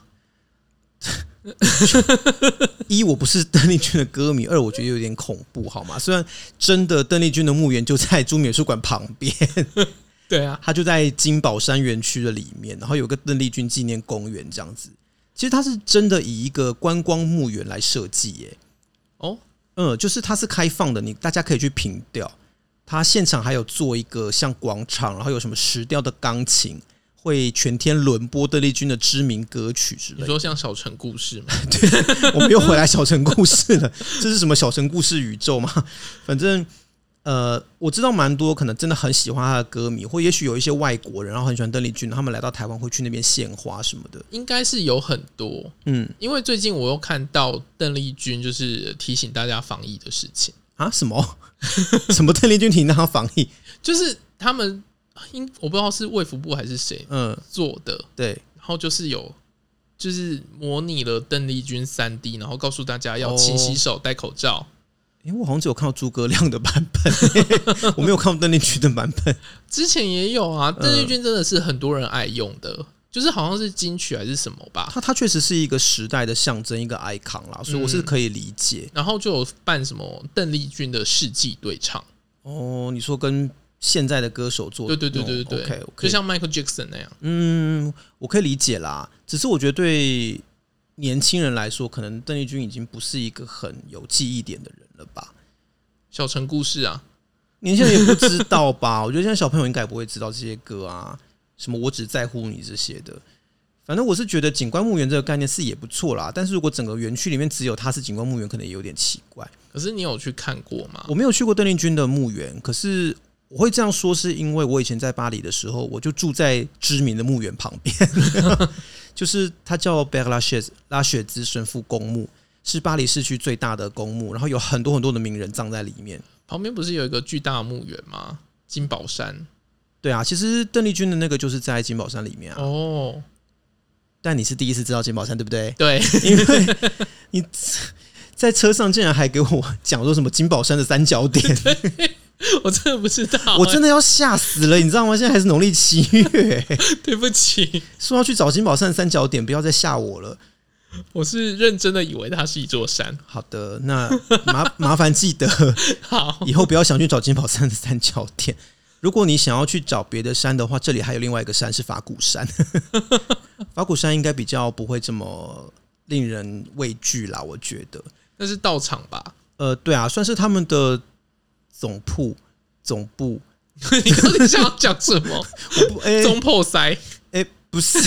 [SPEAKER 2] 一，我不是邓丽君的歌迷；二，我觉得有点恐怖，好吗？虽然真的邓丽君的墓园就在朱明美术馆旁边，
[SPEAKER 1] 对啊，
[SPEAKER 2] 它就在金宝山园区的里面，然后有个邓丽君纪念公园这样子。其实它是真的以一个观光墓园来设计耶，
[SPEAKER 1] 哦，
[SPEAKER 2] 嗯，就是它是开放的，你大家可以去凭吊。它现场还有做一个像广场，然后有什么石雕的钢琴，会全天轮播邓丽君的知名歌曲之
[SPEAKER 1] 你
[SPEAKER 2] 类的。
[SPEAKER 1] 说像小城故事吗？
[SPEAKER 2] 我们又回来小城故事了， 这是什么小城故事宇宙吗？ 反正呃，我知道蛮多可能真的很喜欢他的歌迷，或也许有一些外国人，然后很喜欢邓丽君，他们来到台湾会去那边献花什么的。
[SPEAKER 1] 应该是有很多，
[SPEAKER 2] 嗯
[SPEAKER 1] 因为最近我又看到邓丽君就是提醒大家防疫的事情，
[SPEAKER 2] 啊，什么 什么邓丽君停当防疫？
[SPEAKER 1] 就是他们应我不知道是卫福部还是谁
[SPEAKER 2] 嗯，
[SPEAKER 1] 做的，
[SPEAKER 2] 对，
[SPEAKER 1] 然后就是有就是模拟了邓丽君三 D，然后告诉大家要勤洗手、戴口罩。
[SPEAKER 2] 因为我好像只有看到诸葛亮的版本、 我没有看到邓丽君的版本。
[SPEAKER 1] 之前也有啊，邓丽君真的是很多人爱用的，就是好像是金曲还是什么吧。
[SPEAKER 2] 他他确实是一个时代的象征，一个 icon 啦，所以我是可以理解。
[SPEAKER 1] 然后就有办什么邓丽君的世纪对唱，
[SPEAKER 2] 哦，你说跟现在的歌手做
[SPEAKER 1] 对对对对对
[SPEAKER 2] ，OK，,
[SPEAKER 1] 对就
[SPEAKER 2] o，k
[SPEAKER 1] 像 Michael Jackson 那样，
[SPEAKER 2] 嗯，我可以理解啦，只是我觉得对年轻人来说，可能邓丽君已经不是一个很有记忆点的人了吧？
[SPEAKER 1] 小城故事啊，
[SPEAKER 2] 年轻人也不知道吧？我觉得现在小朋友应该也不会知道这些歌啊。什么我只在乎你这些的。反正我是觉得景观墓园这个概念是也不错啦，但是如果整个园区里面只有它是景观墓园，可能也有点奇怪。
[SPEAKER 1] 可是你有去看过吗？
[SPEAKER 2] 我没有去过邓丽君的墓园，可是我会这样说，是因为我以前在巴黎的时候，我就住在知名的墓园旁边， 就是它叫贝拉雪拉雪兹神父公墓，是巴黎市区最大的公墓，然后有很多很多的名人葬在里面。
[SPEAKER 1] 旁边不是有一个巨大的墓园吗？金宝山
[SPEAKER 2] 对啊，其实邓丽君的那个就是在金宝山里面啊，
[SPEAKER 1] 哦，
[SPEAKER 2] 但你是第一次知道金宝山，对不对？
[SPEAKER 1] 对，
[SPEAKER 2] 因为你在车上竟然还给我讲说什么金宝山的三角点，
[SPEAKER 1] 我真的不知道、
[SPEAKER 2] 我真的要吓死了，你知道吗？现在还是农历七月，
[SPEAKER 1] 哎 对不起，
[SPEAKER 2] 说要去找金宝山的三角点，不要再吓我了。
[SPEAKER 1] 我是认真的以为它是一座山。
[SPEAKER 2] 好的，那 麻麻烦记得
[SPEAKER 1] 好，
[SPEAKER 2] 以后不要想去找金宝山的三角点。如果你想要去找别的山的话，这里还有另外一个山是法鼓山，法鼓山应该比较不会这么令人畏惧啦，我觉得。
[SPEAKER 1] 那是道场吧？
[SPEAKER 2] 呃，对啊，算是他们的总铺总部，
[SPEAKER 1] 你到底想要讲什 么？
[SPEAKER 2] 我不哎
[SPEAKER 1] 中破塞
[SPEAKER 2] 哎、不是，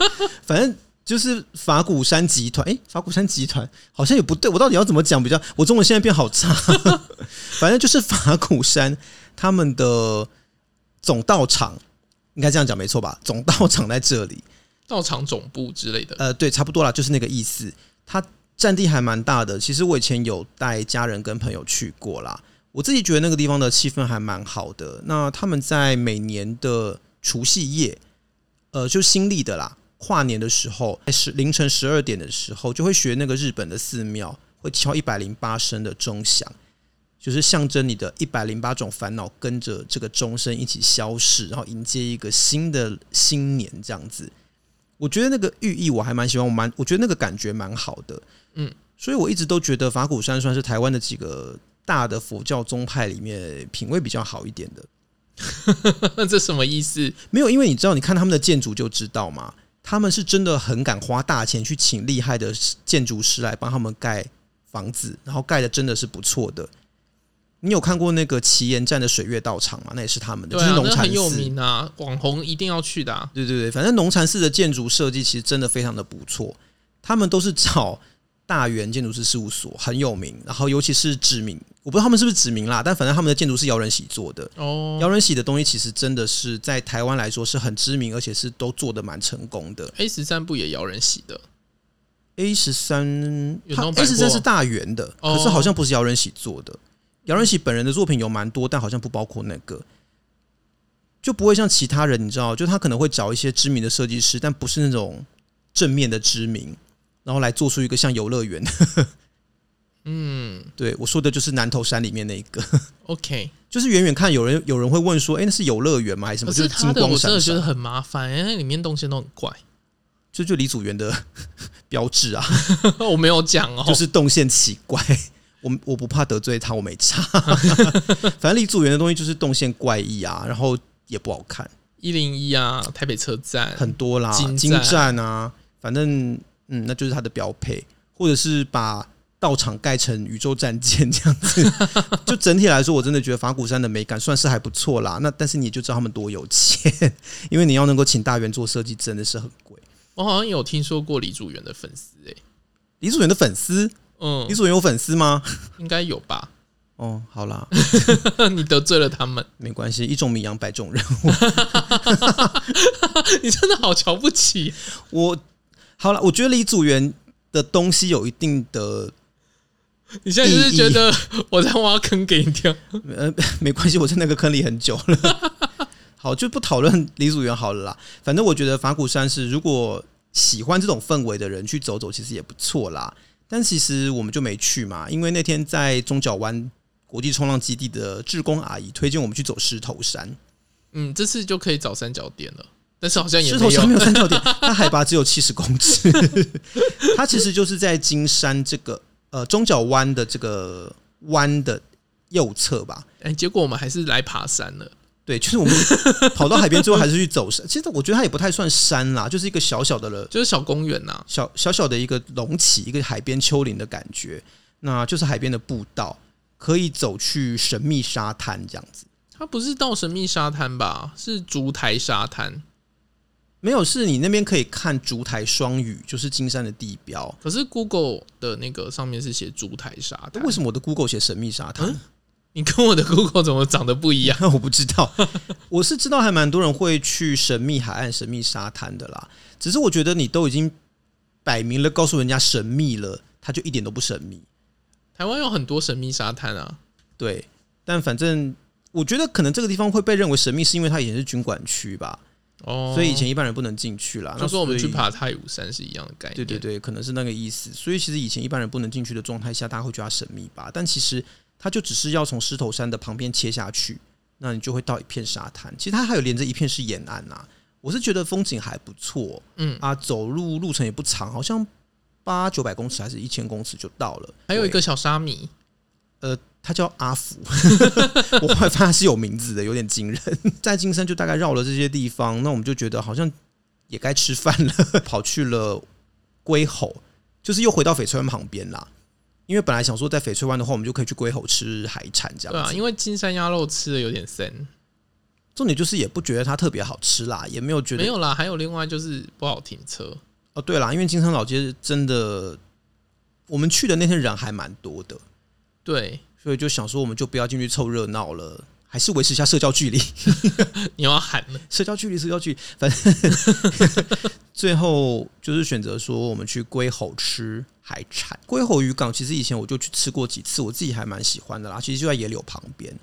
[SPEAKER 2] 反正就是法鼓山集团。哎、法鼓山集团好像也不对，我到底要怎么讲比较？我中文现在变好差。 反正就是法鼓山他们的总道场，应该这样讲没错吧？总道场在这里，
[SPEAKER 1] 道场总部之类的。
[SPEAKER 2] 呃，对，差不多啦，就是那个意思。它占地还蛮大的，其实我以前有带家人跟朋友去过啦。我自己觉得那个地方的气氛还蛮好的。那他们在每年的除夕夜，呃，就新历的啦，跨年的时候，十凌晨十二点的时候，就会学那个日本的寺庙会敲一百零八声的钟响，就是象征你的一百零八种烦恼跟着这个钟声一起消逝，然后迎接一个新的新年这样子。我觉得那个寓意我还蛮喜欢，我蛮我觉得那个感觉蛮好的，
[SPEAKER 1] 嗯，
[SPEAKER 2] 所以我一直都觉得法鼓山算是台湾的几个大的佛教宗派里面品味比较好一点的。呃
[SPEAKER 1] 这什么意思？
[SPEAKER 2] 没有，因为你知道，你看他们的建筑就知道嘛，他们是真的很敢花大钱去请厉害的建筑师来帮他们盖房子，然后盖的真的是不错的。你有看过那个奇岩站的水月道场吗？那也是他们的，
[SPEAKER 1] 对
[SPEAKER 2] 就是
[SPEAKER 1] 啊，
[SPEAKER 2] 农
[SPEAKER 1] 那
[SPEAKER 2] 禅
[SPEAKER 1] 很有
[SPEAKER 2] 寺。
[SPEAKER 1] 名啊，网红一定要去的、啊。
[SPEAKER 2] 对对对，反正农禅寺的建筑设计其实真的非常的不错，他们都是找大元建筑师事务所很有名，然后尤其是指名，我不知道他们是不是指名啦，但反正他们的建筑是姚仁喜做的。
[SPEAKER 1] 哦，
[SPEAKER 2] 姚仁喜的东西其实真的是在台湾来说是很知名，而且是都做的蛮成功的。
[SPEAKER 1] A 十三不也姚人喜的？
[SPEAKER 2] A 十三，
[SPEAKER 1] 有那
[SPEAKER 2] 他
[SPEAKER 1] 种百
[SPEAKER 2] A 十
[SPEAKER 1] 货
[SPEAKER 2] 三是大元的，
[SPEAKER 1] 哦
[SPEAKER 2] 可是好像不是姚仁喜做的。姚仁喜本人的作品有蛮多，但好像不包括那个，就不会像其他人，你知道，就他可能会找一些知名的设计师，但不是那种正面的知名，然后来做出一个像游乐园。
[SPEAKER 1] 嗯
[SPEAKER 2] 对我说的就是南头山里面那一个，
[SPEAKER 1] ，OK。
[SPEAKER 2] 就是远远看有人有人会问说，哎、那是游乐园吗？还是什
[SPEAKER 1] 可
[SPEAKER 2] 么？就是是金
[SPEAKER 1] 他的
[SPEAKER 2] 光
[SPEAKER 1] 我真
[SPEAKER 2] 闪
[SPEAKER 1] 的觉得
[SPEAKER 2] 闪，
[SPEAKER 1] 很麻烦，因为里面动线都很怪。
[SPEAKER 2] 就就李祖源的 标志啊，
[SPEAKER 1] 我没有讲哦，
[SPEAKER 2] 就是动线奇怪。 我我不怕得罪他，我 没差。反正李祖源的东西就是动线怪异啊，然后也不好看，
[SPEAKER 1] 一零一啊，台北车站。
[SPEAKER 2] 很多啦，
[SPEAKER 1] 精湛
[SPEAKER 2] 金站啊，反正嗯，那就是他的标配，或者是把道场盖成宇宙战舰这样子。 就整体来说，我真的觉得法鼓山的美感算是还不错啦。那但是你就知道他们多有钱， 因为你要能够请大员做设计，真的是很贵。
[SPEAKER 1] 我好像有听说过李主源的粉丝诶、
[SPEAKER 2] 李祖源的粉丝，李
[SPEAKER 1] 嗯，
[SPEAKER 2] 祖源有粉丝吗？
[SPEAKER 1] 应该有吧？
[SPEAKER 2] 哦，好啦，
[SPEAKER 1] 你得罪了他们，
[SPEAKER 2] 没关系，一种米养百种人。
[SPEAKER 1] 你真的好瞧不起。
[SPEAKER 2] 我好了，我觉得李祖源的东西有一定的，
[SPEAKER 1] 你现在就是觉得我在挖坑给你跳。
[SPEAKER 2] 呃，没关系，我在那个坑里很久了。 好，就不讨论李祖源好了啦。反正我觉得法鼓山是，如果喜欢这种氛围的人去走走，其实也不错啦。但其实我们就没去嘛，因为那天在中角湾国际冲浪基地的志工阿姨推荐我们去走石头山，
[SPEAKER 1] 嗯，这次就可以找三角点了，但是好像也
[SPEAKER 2] 石
[SPEAKER 1] 没
[SPEAKER 2] 头山
[SPEAKER 1] 有
[SPEAKER 2] 没。有三角点，它海拔只有七十公尺。 它其实就是在金山这个呃中角湾的这个湾的右侧吧。
[SPEAKER 1] 哎、结果我们还是来爬山了。
[SPEAKER 2] 对，就是我们跑到海边之后，还是去走山。其实我觉得它也不太算山啦，就是一个小小的了，
[SPEAKER 1] 就是小公园呐、
[SPEAKER 2] 小小小的一个隆起，一个海边丘陵的感觉。那就是海边的步道，可以走去神秘沙滩这样子。
[SPEAKER 1] 它不是到神秘沙滩吧？是烛台沙滩。
[SPEAKER 2] 没有，是你那边可以看烛台双语，就是金山的地标。
[SPEAKER 1] 可是 Google 的那个上面是写烛台沙滩
[SPEAKER 2] 为，什么我的 Google 写神秘
[SPEAKER 1] 嗯
[SPEAKER 2] 沙滩？
[SPEAKER 1] 你跟我的 Google 怎么长得不一样？
[SPEAKER 2] 我不知道，我是知道还蛮多人会去神秘海岸、神秘沙滩的啦。只是我觉得你都已经摆明了告诉人家神秘了，他就一点都不神秘。
[SPEAKER 1] 台湾有很多神秘沙滩啊，
[SPEAKER 2] 对，但反正我觉得可能这个地方会被认为神秘，是因为它以前是军管区吧，
[SPEAKER 1] 哦，
[SPEAKER 2] 所以以前一般人不能进去啦。
[SPEAKER 1] 就
[SPEAKER 2] 说
[SPEAKER 1] 说我们去。爬太武山是一样的概念。
[SPEAKER 2] 对对对，可能是那个意思。所以其实以前一般人不能进去的状态下，大家会觉得它神秘吧？但其实它就只是要从狮头山的旁边切下去，那你就会到一片沙滩。其实它还有连着一片是沿岸呐、啊我是觉得风景还不错，
[SPEAKER 1] 嗯
[SPEAKER 2] 啊，走路路程也不长，好像八九百公尺还是一千公尺就到了。
[SPEAKER 1] 还有一
[SPEAKER 2] 对
[SPEAKER 1] 个小沙弥，
[SPEAKER 2] 呃，他叫阿福， 我后来发现他是有名字的，有点惊人。 在金山就大概绕了这些地方，那我们就觉得好像也该吃饭了， 跑去了龟吼，就是又回到翡翠湾旁边啦。因为本来想说在翡翠湾的话，我们就可以去龟吼吃海产这
[SPEAKER 1] 对
[SPEAKER 2] 样
[SPEAKER 1] 啊，
[SPEAKER 2] 子。
[SPEAKER 1] 因为金山鸭肉吃的有点深，
[SPEAKER 2] 重点就是也不觉得它特别好吃啦，也没有觉得
[SPEAKER 1] 没有啦，还有另外就是不好停车，
[SPEAKER 2] 哦，对啦，因为金山老街真的，我们去的那天人还蛮多的，
[SPEAKER 1] 对，
[SPEAKER 2] 所以就想说我们就不要进去凑热闹了，还是维持一下社交距离。
[SPEAKER 1] 你要喊了，
[SPEAKER 2] 社交距离，社交距离， 反正最后就是选择说我们去龟吼吃海产。龟吼渔港其实以前我就去吃过几次，我自己还蛮喜欢的啦。其实就在野柳旁边，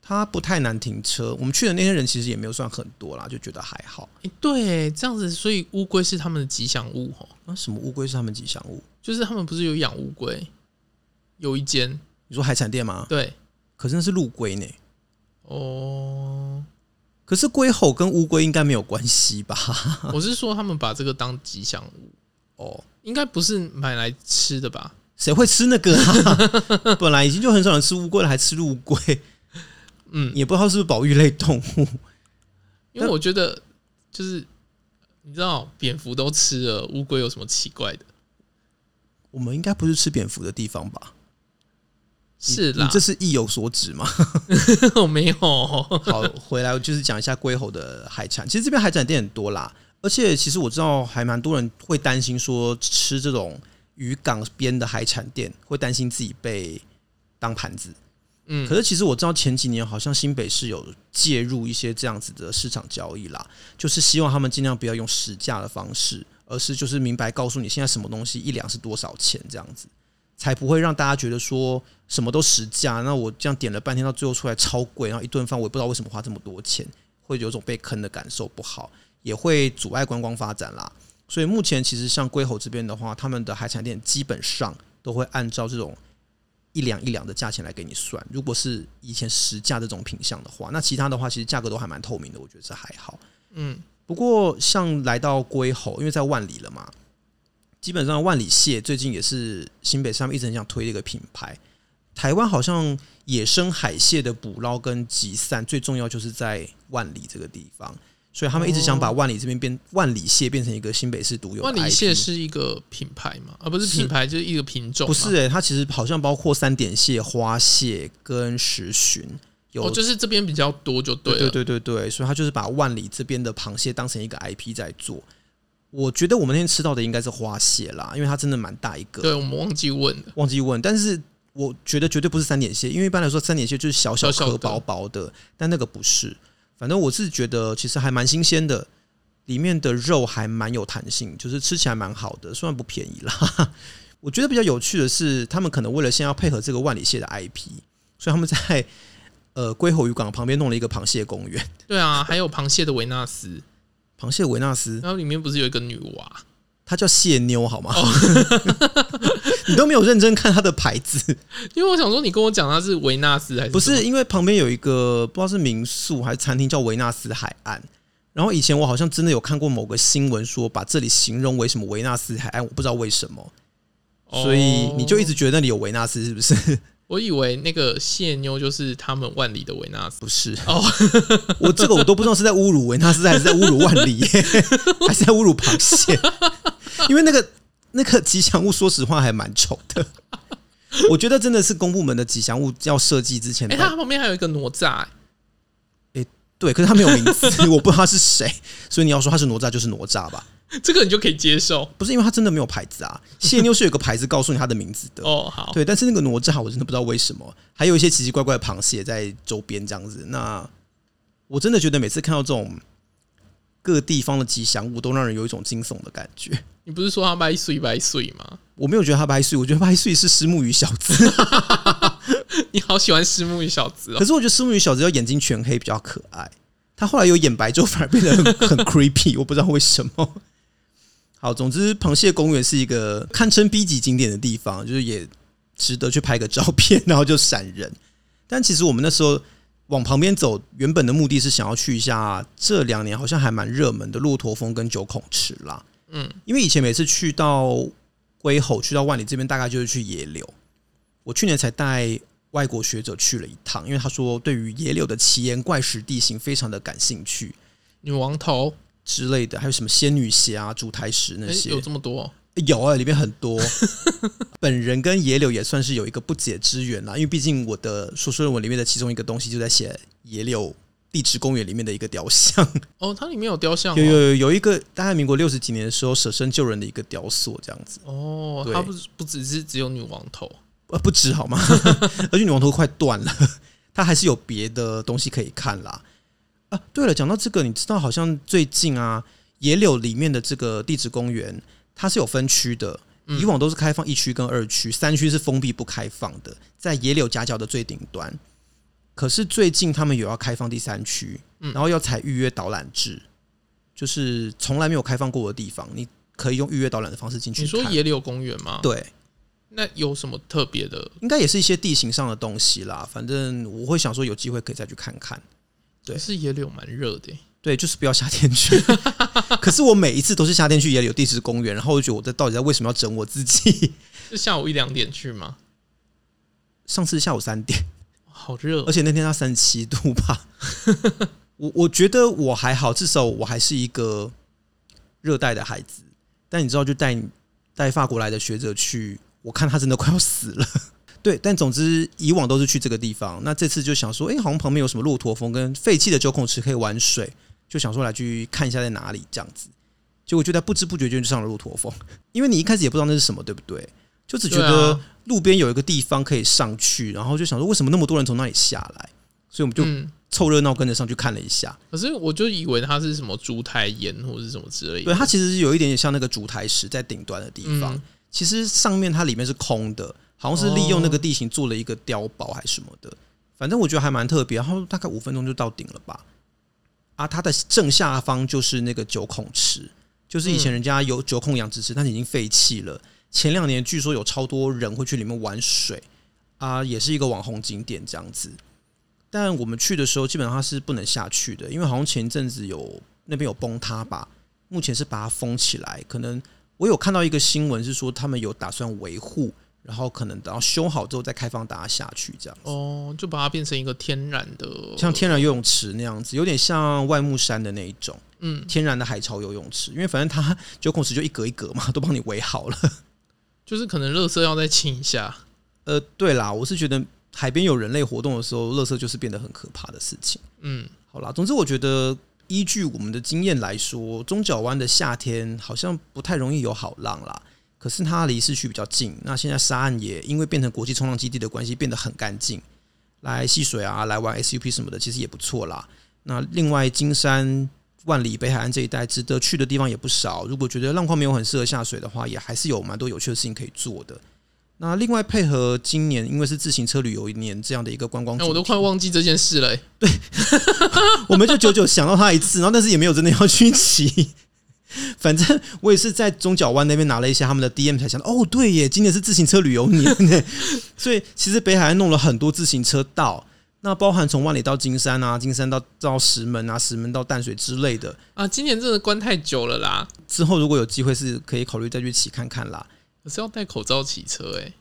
[SPEAKER 2] 它不太难停车。我们去的那些人其实也没有算很多啦，就觉得还好。
[SPEAKER 1] 诶对，这样子，所以乌龟是他们的吉祥物哦，
[SPEAKER 2] 啊，什么乌龟是他们吉祥物？
[SPEAKER 1] 就是他们不是有养乌龟，有一间，
[SPEAKER 2] 你说海产店吗？
[SPEAKER 1] 对，
[SPEAKER 2] 可是那是陆龟呢。
[SPEAKER 1] 哦，
[SPEAKER 2] 可是龟吼跟乌龟应该没有关系吧？
[SPEAKER 1] 我是说他们把这个当吉祥物，
[SPEAKER 2] 哦，
[SPEAKER 1] 应该不是买来吃的吧？
[SPEAKER 2] 谁会吃那个啊？ 本来已经就很少人吃乌龟了，还吃陆龟，
[SPEAKER 1] 嗯，
[SPEAKER 2] 也不知道是不是保育类动物。
[SPEAKER 1] 因为我觉得就是你知道，蝙蝠都吃了，乌龟有什么奇怪的？
[SPEAKER 2] 我们应该不是吃蝙蝠的地方吧？你
[SPEAKER 1] 是啦
[SPEAKER 2] 你，这是意有所指吗？
[SPEAKER 1] 我 没有，
[SPEAKER 2] 好， 回来就是讲一下龟吼的海产。其实这边海产店很多啦，而且其实我知道还蛮多人会担心说吃这种渔港边的海产店，会担心自己被当盘子。
[SPEAKER 1] 嗯
[SPEAKER 2] 可是其实我知道前几年好像新北市有介入一些这样子的市场交易啦，就是希望他们尽量不要用实价的方式，而是就是明白告诉你现在什么东西一两是多少钱这样子，才不会让大家觉得说什么都实价，那我这样点了半天到最后出来超贵，然后一顿饭我也不知道为什么花这么多钱，会有种被坑的感受不好，也会阻碍观光发展啦。所以目前其实像龟吼这边的话，他们的海产店基本上都会按照这种一两一两的价钱来给你算。如果是以前实价这种品相的话，那其他的话其实价格都还蛮透明的，我觉得这还好。
[SPEAKER 1] 嗯，
[SPEAKER 2] 不过像来到龟吼，因为在万里了嘛，基本上万里蟹最近也是新北上面一直很想推的一个品牌。台湾好像野生海蟹的捕捞跟集散最重要就是在万里这个地方，所以他们一直想把万里这边变万里蟹变成一个新北市独有的 IP。
[SPEAKER 1] 万里蟹是一个品牌嘛，而、不是
[SPEAKER 2] 是
[SPEAKER 1] 品牌，就是一个品种嘛，
[SPEAKER 2] 不是、欸，它其实好像包括三点蟹、花蟹跟石鲟，有、
[SPEAKER 1] 哦，就是这边比较多就对啊
[SPEAKER 2] 对
[SPEAKER 1] 了。
[SPEAKER 2] 对对对对，所以它就是把万里这边的螃蟹当成一个 IP 在做。我觉得我们那天吃到的应该是花蟹啦，因为它真的蛮大一个，
[SPEAKER 1] 对我们忘记问了。
[SPEAKER 2] 忘记问，但是。我觉得绝对不是三点蟹，因为一般来说三点蟹就是小小
[SPEAKER 1] 小小
[SPEAKER 2] 壳
[SPEAKER 1] 的
[SPEAKER 2] 薄薄的，但那个不是。反正我是觉得其实还蛮新鲜的，里面的肉还蛮有弹性，就是吃起来蛮好的，虽然不便宜啦。 我觉得比较有趣的是，他们可能为了先要配合这个万里蟹的 IP，所以他们在呃龟吼渔港旁边弄了一个螃蟹公园，
[SPEAKER 1] 对啊，还有螃蟹的维纳斯，
[SPEAKER 2] 螃蟹维纳斯，
[SPEAKER 1] 然后里面不是有一个女娃？
[SPEAKER 2] 它叫蟹妞好吗？ 你都没有认真看它的牌子，
[SPEAKER 1] 因为我想说，你跟我讲她是维纳斯还是
[SPEAKER 2] 不
[SPEAKER 1] 什么
[SPEAKER 2] 是因为旁边有一个不知道是民宿还是餐厅叫维纳斯海岸。然后以前我好像真的有看过某个新闻说把这里形容为什么维纳斯海岸，我不知道为什么，所以你就一
[SPEAKER 1] 哦
[SPEAKER 2] 直觉得那里有维纳斯是 不是？
[SPEAKER 1] 我以为那个蟹妞就是他们万里的维纳斯。
[SPEAKER 2] 不是
[SPEAKER 1] 哦，
[SPEAKER 2] 我这个我都不知道是在侮辱维纳斯还是在侮辱万 里耶，还是在侮辱螃蟹，因为那个那个吉祥物说实话还蛮丑的。我觉得真的是公部门的吉祥物要设计之前
[SPEAKER 1] 哎、
[SPEAKER 2] 的，
[SPEAKER 1] 它旁边还有一个哪吒、
[SPEAKER 2] 诶对，可是他没有名字，我不知道他是谁，所以你要说他是哪吒就是哪吒吧，
[SPEAKER 1] 这个你就可以接受
[SPEAKER 2] 不是因为他真的没有牌子啊，谢妞是有个牌子告诉你他的名字的，
[SPEAKER 1] 哦。好，
[SPEAKER 2] 对，但是那个哪吒我真的不知道为什么，还有一些奇奇怪怪的螃蟹在周边这样子。那我真的觉得每次看到这种各地方的吉祥物，都让人有一种惊悚的感觉。
[SPEAKER 1] 你不是说他掰碎掰碎吗？
[SPEAKER 2] 我没有觉得他拍碎，我觉得拍碎是石木鱼小子。
[SPEAKER 1] 你好喜欢石木与小 子
[SPEAKER 2] 可
[SPEAKER 1] 哦。
[SPEAKER 2] 是我觉得石木鱼小子要眼睛全黑比较可爱，他后来有眼白之后反而变得很 很 creepy，我不知道为什么。好，总之，螃蟹公园是一个堪称 B 级景点的地方，就是也值得去拍个照片，然后就闪人。但其实我们那时候往旁边走，原本的目的是想要去一下这两年好像还蛮热门的骆驼峰跟九孔池啦。
[SPEAKER 1] 嗯，
[SPEAKER 2] 因为以前每次去到龟吼，去到万里这边，大概就是去野柳。我去年才带外国学者去了一趟，因为他说对于野柳的奇岩怪石地形非常的感兴趣
[SPEAKER 1] 女王头，
[SPEAKER 2] 之类的，还有什么仙女鞋啊、烛台石那
[SPEAKER 1] 哎，
[SPEAKER 2] 些，
[SPEAKER 1] 有这么多哦？
[SPEAKER 2] 有啊，里面很 多。本人跟野柳也算是有一个不解之缘啊啦，因为毕竟我的硕士论文里面的其中一个东西就在写野柳地质公园里面的一个雕像，
[SPEAKER 1] 哦，它里面有雕像哦。
[SPEAKER 2] 有有有有一个大概民国六十几年的时候舍身救人的一个雕塑这样子，
[SPEAKER 1] 哦，
[SPEAKER 2] 对
[SPEAKER 1] 它不是不只是只有女王头，
[SPEAKER 2] 呃，不止好吗？ 而且女王头快断了， 它还是有别的东西可以看啦。啊，对了，讲到这个，你知道好像最近啊，野柳里面的这个地质公园，它是有分区的。
[SPEAKER 1] 嗯
[SPEAKER 2] 以往都是开放一区跟二区，三区是封闭不开放的，在野柳夹角的最顶端。可是最近他们有要开放第三区，
[SPEAKER 1] 嗯
[SPEAKER 2] 然后要采预约导览制，就是从来没有开放过的地方，你可以用预约导览的方式进去
[SPEAKER 1] 你说
[SPEAKER 2] 看
[SPEAKER 1] 野柳公园吗？，
[SPEAKER 2] 对，
[SPEAKER 1] 那有什么特别的？
[SPEAKER 2] 应该也是一些地形上的东西啦。反正我会想说，有机会可以再去看看。对
[SPEAKER 1] 可是野柳蛮热的耶，欸
[SPEAKER 2] 对，就是不要夏天去。 可是我每一次都是夏天去野柳地质公园，然后我就觉得我在到底在为什么要整我自己？
[SPEAKER 1] 是下午一两点去吗？
[SPEAKER 2] 上次下午三点，
[SPEAKER 1] 好热哦
[SPEAKER 2] 而，且那天它三十七度吧。 我我觉得我还好，至少我还是一个热带的孩子。但你知道，就带你带法国来的学者去，我看他真的快要死了。对，但总之以往都是去这个地方，那这次就想说，哎、好像旁边有什么骆驼峰跟废弃的九孔池可以玩水，就想说来去看一下在哪里这样子。结果就在不知不觉间就上了骆驼峰，因为你一开始也不知道那是什么，对不对？就只觉
[SPEAKER 1] 对
[SPEAKER 2] 得
[SPEAKER 1] 啊
[SPEAKER 2] 路边有一个地方可以上去，然后就想说为什么那么多人从那里下来，所以我们就
[SPEAKER 1] 嗯，
[SPEAKER 2] 凑热闹跟着上去看了一下。
[SPEAKER 1] 可是我就以为它是什么猪胎岩或者什么之类的。
[SPEAKER 2] 对，它其实是有一点点像那个烛台石在顶端的地方，
[SPEAKER 1] 嗯
[SPEAKER 2] 其实上面它里面是空的，好像是利用那个地形做了一个碉堡还是什么的，反正我觉得还蛮特别。然后大概五分钟就到顶了吧。啊，它的正下方就是那个九孔池，就是以前人家有九孔养殖池，但是已经废弃了。前两年据说有超多人会去里面玩水，啊，也是一个网红景点这样子。但我们去的时候，基本上它是不能下去的，因为好像前一阵子有那边有崩塌吧，目前是把它封起来。可能我有看到一个新闻是说，他们有打算维护，然后可能等到修好之后再开放大家下去，这样子，
[SPEAKER 1] 哦，就把它变成一个天然的，
[SPEAKER 2] 像天然游泳池那样子，有点像外木山的那一种
[SPEAKER 1] 嗯，
[SPEAKER 2] 天然的海潮游泳池，因为反正它九孔池就一格一格嘛，都帮你围好了。
[SPEAKER 1] 就是可能垃圾要再清一下。
[SPEAKER 2] 呃，对啦，我是觉得海边有人类活动的时候，垃圾就是变得很可怕的事情。
[SPEAKER 1] 嗯，
[SPEAKER 2] 好啦，总之我觉得依据我们的经验来说，中角湾的夏天好像不太容易有好浪啦。可是它离市区比较近，那现在沙岸也因为变成国际冲浪基地的关系，变得很干净，来戏水啊，来玩 SUP 什么的，其实也不错啦。那另外，金山、万里、北海岸这一带值得去的地方也不少。如果觉得浪况没有很适合下水的话，也还是有蛮多有趣的事情可以做的。那另外配合今年因为是自行车旅游一年这样的一个观光主
[SPEAKER 1] 那
[SPEAKER 2] 题，
[SPEAKER 1] 我都快忘记这件事了耶。欸
[SPEAKER 2] 我们就久久想到他一次，然后但是也没有真的要去骑。 反正我也是在中角湾那边拿了一些他们的 DM 才想到，哦，对耶，今年是自行车旅游年 呢，所以其实北海岸弄了很多自行车道，那包含从万里到金山啊，金山到到石门啊，石门到淡水之类的。
[SPEAKER 1] 啊，今年真的关太久了啦，
[SPEAKER 2] 之后如果有机会是可以考虑再去骑看看啦，
[SPEAKER 1] 可是要戴口罩骑车哎、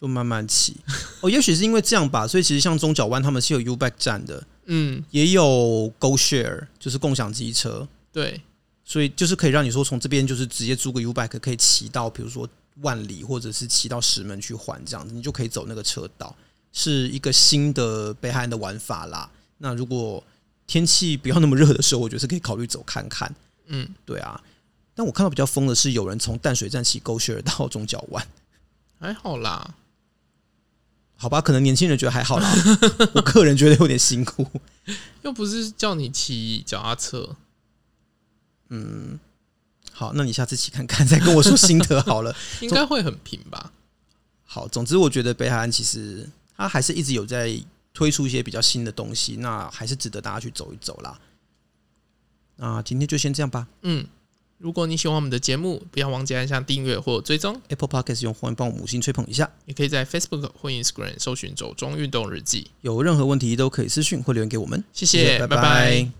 [SPEAKER 2] 就慢慢骑。哦，也许是因为这样吧，所以其实像中角湾他们是有 U Bike 站的，
[SPEAKER 1] 嗯，
[SPEAKER 2] 也有 Go Share，就是共享机车。
[SPEAKER 1] 对，
[SPEAKER 2] 所以就是可以让你说从这边就是直接租个 U bike 可以骑到，比如说万里或者是骑到石门去还这样子，你就可以走那个车道，是一个新的北海岸的玩法啦。那如果天气不要那么热的时候，我觉得是可以考虑走看看。
[SPEAKER 1] 嗯，
[SPEAKER 2] 对啊。但我看到比较疯的是，有人从淡水站骑狗血到中角湾，
[SPEAKER 1] 还好啦。
[SPEAKER 2] 好吧，可能年轻人觉得还好啦，我个人觉得有点辛苦。
[SPEAKER 1] 又不是叫你骑脚踏车，
[SPEAKER 2] 好，那你下次骑看看，再跟我说心得好了。
[SPEAKER 1] 应该会很平吧？
[SPEAKER 2] 好，总之我觉得北海岸其实它还是一直有在推出一些比较新的东西，那还是值得大家去走一走啦。那今天就先这样吧。
[SPEAKER 1] 嗯，如果你喜欢我们的节目，不要忘记按下订阅或追踪，
[SPEAKER 2] Apple Podcast 用欢迎帮我们五星吹捧一下。
[SPEAKER 1] 也可以在 Facebook 或 Instagram 搜寻“走中运动日记
[SPEAKER 2] 有任何问题都可以私讯或留言给我们。”。
[SPEAKER 1] 谢谢，拜拜